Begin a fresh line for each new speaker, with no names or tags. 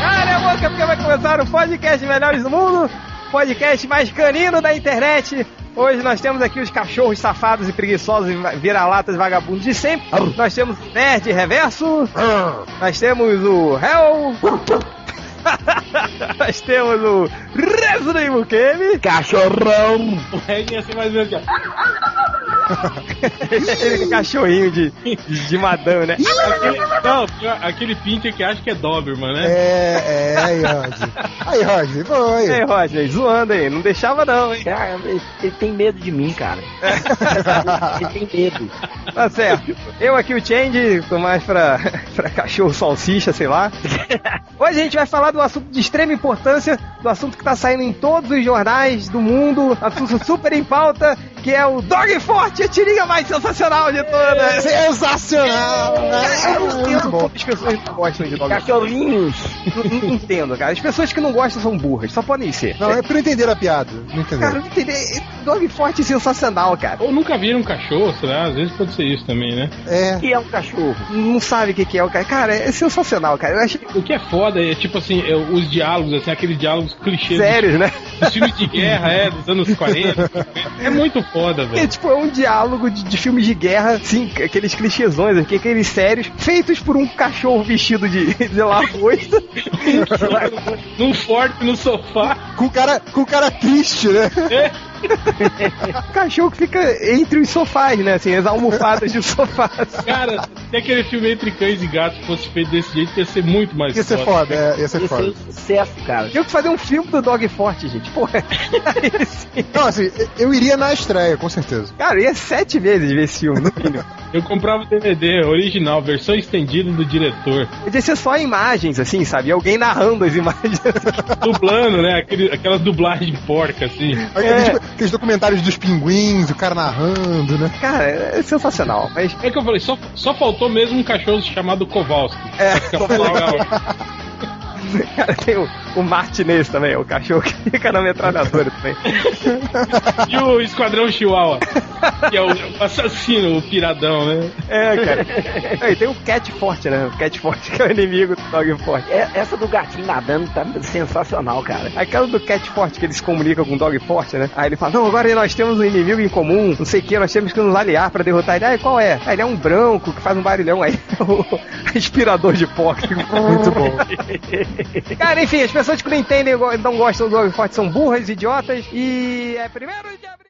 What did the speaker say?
Caraca, é porque vai começar o podcast Melhores do Mundo, podcast mais canino da internet. Hoje nós temos aqui os cachorros safados e preguiçosos, e vira-latas e vagabundos de sempre. Nós temos o Nerd Reverso. Nós temos o Hell. nós temos o Resident Evil Game.
Cachorrão!
Reguinha assim mais ou menos aqui, ó.
Aquele cachorrinho de, de, de madame, né?
Aquele, não, pior, aquele pincher que acha que é Doberman, né?
É, é, aí, Roger. Aí, Roger, foi.
Ei, Roger, zoando aí, não deixava não, hein?
Cara, ele ele tem medo de mim, cara. ele tem medo.
Tá certo. Eu aqui, o Change, tô mais pra, pra cachorro salsicha, sei lá. Hoje a gente vai falar de um assunto de extrema importância, do assunto que tá saindo em todos os jornais do mundo, assunto super em pauta, que é o Dog Forte, a tirinha mais sensacional de todas.
É Sensacional!
Eu não
É,
É. entendo
muito bom.
como as pessoas não gostam de Dog Forte.
Cachorrinhos.
Não, não entendo, cara. As pessoas que não gostam são burras, só podem ser.
Não, é pra não entender a piada. Não
Cara,
entender.
não entendi. É Dog Forte sensacional, cara.
Ou nunca viram um cachorro, será? Às vezes pode ser isso também, né?
É.
Que é um cachorro.
Não sabe o que, que é o cara. Cara, é sensacional, cara. Eu acho
O que é foda é tipo assim, é, os diálogos, assim, aqueles diálogos clichês
sérios, né?
dos, dos filmes de guerra, é, dos anos 40. É muito foda,
É
velho.
tipo, é um diálogo de, de filmes de guerra, sim, aqueles clichêzões, aqui, aqueles sérios, feitos por um cachorro vestido de, de lagosta.
Num forte no sofá.
Com o cara, com o cara triste, né?
um cachorro que fica entre os sofás, né? Assim, as almofadas de sofás.
Cara, se aquele filme entre cães e gatos fosse feito desse jeito, ia ser muito mais
Ia ser foda, é, ia ser
Esse é
foda.
um sucesso, cara.
Tinha que fazer um filme do Dog Forte, gente. Porra. Aí sim.
Não, assim, eu iria na estreia, com certeza.
Cara, eu ia sete vezes ver esse filme, no mínimo.
Eu comprava o DVD original, versão estendida do diretor.
Podia ser só imagens, assim, sabe? E alguém narrando as imagens.
Dublando, né? Aquele, aquela dublagem porca, assim.
Aqueles, aqueles documentários dos pinguins, o cara narrando, né?
Cara, é sensacional. Mas
É que eu falei, só, só faltou mesmo um cachorro chamado Kowalski. É, fica legal.
Cara, tem o, o Martinez também, o cachorro que fica na metralhadora também.
E o Esquadrão Chihuahua, que é o, o assassino, o piradão, né?
É, cara. E tem o Cat Forte, né? O Cat Forte que é o inimigo do Dog Forte.
É- Essa do gatinho nadando tá sensacional, cara.
Aquela do Cat Forte que ele se comunica com o Dog Forte, né? Aí ele fala: Não, agora nós temos um inimigo em comum, não sei o que, nós temos que nos aliar pra derrotar ele. Ah, e qual é? Ah, ele é um branco que faz um barulhão aí. O aspirador de pó.
Muito bom.
Cara, enfim, as pessoas que não entendem, não gostam do Dog Forte são burras, idiotas. E é primeiro de abril.